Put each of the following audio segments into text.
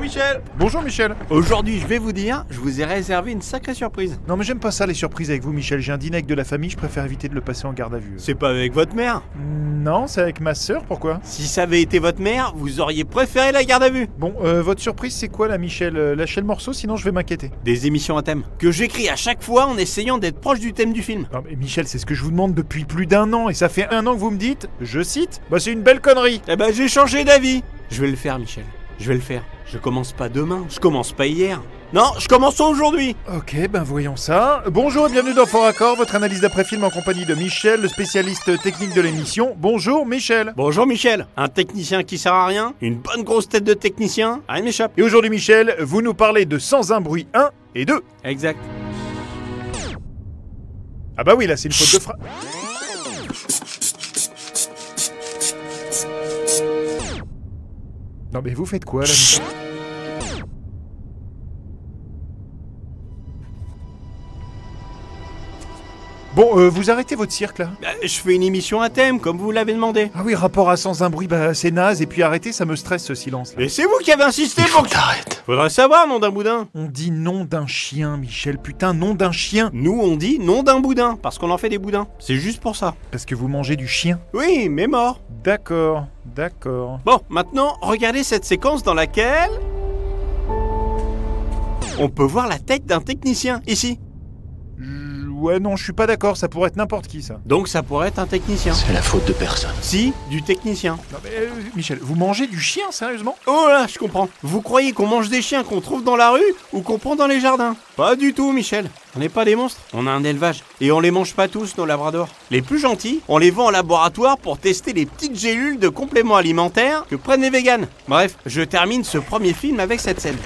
Michel Bonjour Michel Aujourd'hui, je vais vous dire, je vous ai réservé une sacrée surprise. Non mais j'aime pas ça les surprises avec vous Michel, j'ai un dîner avec de la famille, je préfère éviter de le passer en garde à vue. C'est pas avec votre mère Mm, Non, c'est avec ma sœur, pourquoi Si ça avait été votre mère, vous auriez préféré la garde à vue Bon, euh, votre surprise c'est quoi là Michel Euh, Lâchez le morceau sinon je vais m'inquiéter. Des émissions à thème, que j'écris à chaque fois en essayant d'être proche du thème du film. Non mais Michel, c'est ce que je vous demande depuis plus d'un an et ça fait un an que vous me dites, je cite, bah c'est une belle connerie Eh ben, j'ai changé d'avis Je vais le faire, Michel. Je vais le faire. Je commence pas demain, je commence pas hier. Non, je commence aujourd'hui Ok, ben voyons ça. Bonjour et bienvenue dans Fort Accord, votre analyse d'après-film en compagnie de Michel, le spécialiste technique de l'émission. Bonjour Michel Bonjour Michel Un technicien qui sert à rien Une bonne grosse tête de technicien Rien ne m'échappe. Et aujourd'hui Michel, vous nous parlez de Sans un bruit 1 et 2. Exact. Ah bah oui, là c'est une faute de fra... Non mais vous faites quoi là Michel Bon, euh, vous arrêtez votre cirque là Ben, je fais une émission à thème, comme vous l'avez demandé. Ah oui, rapport à sans un bruit, bah c'est naze, et puis arrêtez, ça me stresse ce silence là. Et c'est vous qui avez insisté pour que T'arrêtes Faudrait savoir, nom d'un boudin. On dit nom d'un chien, Michel, putain, nom d'un chien Nous, on dit nom d'un boudin, parce qu'on en fait des boudins. C'est juste pour ça. Parce que vous mangez du chien Oui, mais mort. D'accord, d'accord. Bon, maintenant, regardez cette séquence dans laquelle... On peut voir la tête d'un technicien, ici. Je- Ouais, non, je suis pas d'accord, ça pourrait être n'importe qui ça. Donc ça pourrait être un technicien. C'est la faute de personne. Si, du technicien. Non mais euh, Michel, vous mangez du chien, sérieusement Oh là, je comprends. Vous croyez qu'on mange des chiens qu'on trouve dans la rue ou qu'on prend dans les jardins Pas du tout, Michel. On n'est pas des monstres. On a un élevage. Et on les mange pas tous, nos labradors. Les plus gentils, on les vend en laboratoire pour tester les petites gélules de compléments alimentaires que prennent les véganes. Bref, je termine ce premier film avec cette scène.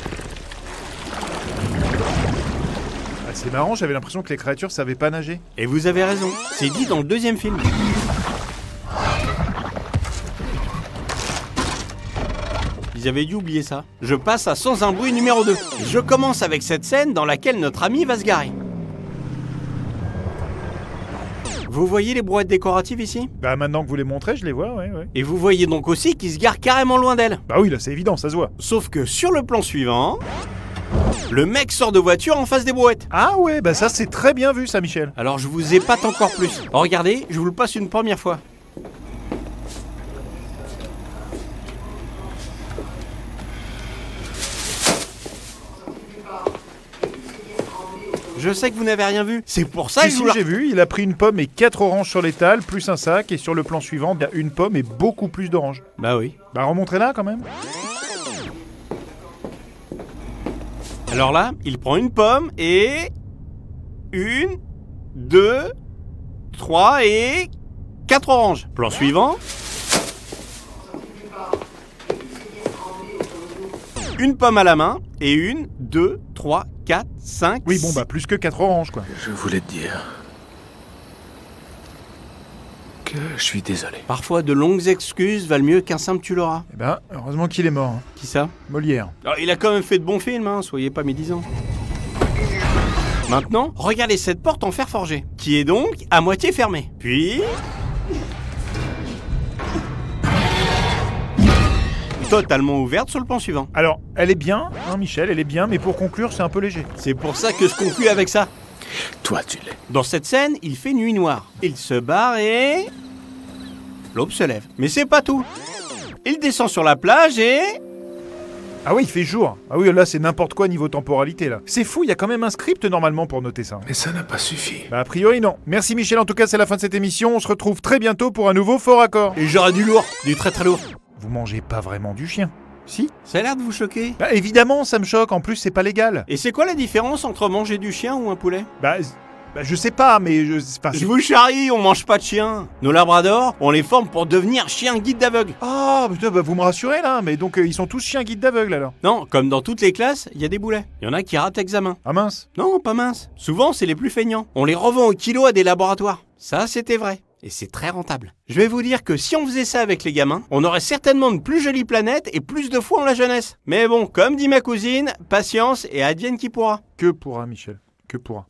Ah, C'est marrant, j'avais l'impression que les créatures savaient pas nager. Et vous avez raison. C'est dit dans le deuxième film. Ils avaient dû oublier ça. Je passe à Sans un bruit numéro 2. Je commence avec cette scène dans laquelle notre ami va se garer. Vous voyez les brouettes décoratives ici Bah maintenant que vous les montrez, je les vois, ouais, ouais. Et vous voyez donc aussi qu'il se gare carrément loin d'elle. Bah oui, là c'est évident, ça se voit. Sauf que sur le plan suivant, le mec sort de voiture en face des brouettes. Ah ouais, bah ça c'est très bien vu ça, Michel. Alors je vous épate encore plus. Oh, Regardez, je vous le passe une première fois. Je sais que vous n'avez rien vu. C'est pour ça que je Ici vous la- j'ai vu, il a pris une pomme et quatre oranges sur l'étal, plus un sac, et sur le plan suivant, il y a une pomme et beaucoup plus d'oranges. Bah oui. Bah remontrez là quand même. Alors là, il prend une pomme et... Une, deux, trois et... Quatre oranges. Plan suivant. Une pomme à la main et une, deux, trois, quatre, cinq... Oui, bon six- bah plus que quatre oranges quoi. Je voulais te dire que je suis désolé. Parfois, de longues excuses valent mieux qu'un simple tu l'auras. Eh ben, heureusement qu'il est mort. hein. Qui ça Molière. Alors, il a quand même fait de bons films, hein, soyez pas médisants. Maintenant, regardez cette porte en fer forgé, qui est donc à moitié fermée. Puis... Totalement ouverte sur le plan suivant. Alors, elle est bien, hein Michel, elle est bien, mais pour conclure, c'est un peu léger. C'est pour ça que je conclue avec ça. Toi, tu l'es. Dans cette scène, il fait nuit noire. Il se barre et... L'aube se lève. Mais c'est pas tout. Il descend sur la plage et... Ah oui, il fait jour. Ah oui, là c'est n'importe quoi niveau temporalité là. C'est fou, il y a quand même un script normalement pour noter ça. Mais ça n'a pas suffi. Bah a priori non. Merci Michel, en tout cas c'est la fin de cette émission, on se retrouve très bientôt pour un nouveau fort accord. Et j'aurais du lourd, du très très lourd. Vous mangez pas vraiment du chien Si Ça a l'air de vous choquer. Bah évidemment, ça me choque, en plus c'est pas légal. Et c'est quoi la différence entre manger du chien ou un poulet Bah, z- bah, je sais pas, mais je... Ah, c'est pas- Je vous charrie, on mange pas de chien. Nos labradors, on les forme pour devenir chiens guides d'aveugle. Ah putain, bah vous me rassurez là, mais donc euh, ils sont tous chiens guides d'aveugle alors. Non, comme dans toutes les classes, il y a des boulets. Il y en a qui ratent l'examen. Ah mince. Non, pas mince. Souvent, c'est les plus feignants. On les revend au kilo à des laboratoires. Ça, c'était vrai. Et c'est très rentable. Je vais vous dire que si on faisait ça avec les gamins, on aurait certainement une plus jolie planète et plus de foi en la jeunesse. Mais bon, comme dit ma cousine, patience et advienne qui pourra. Que pourra hein, Michel, que pourra.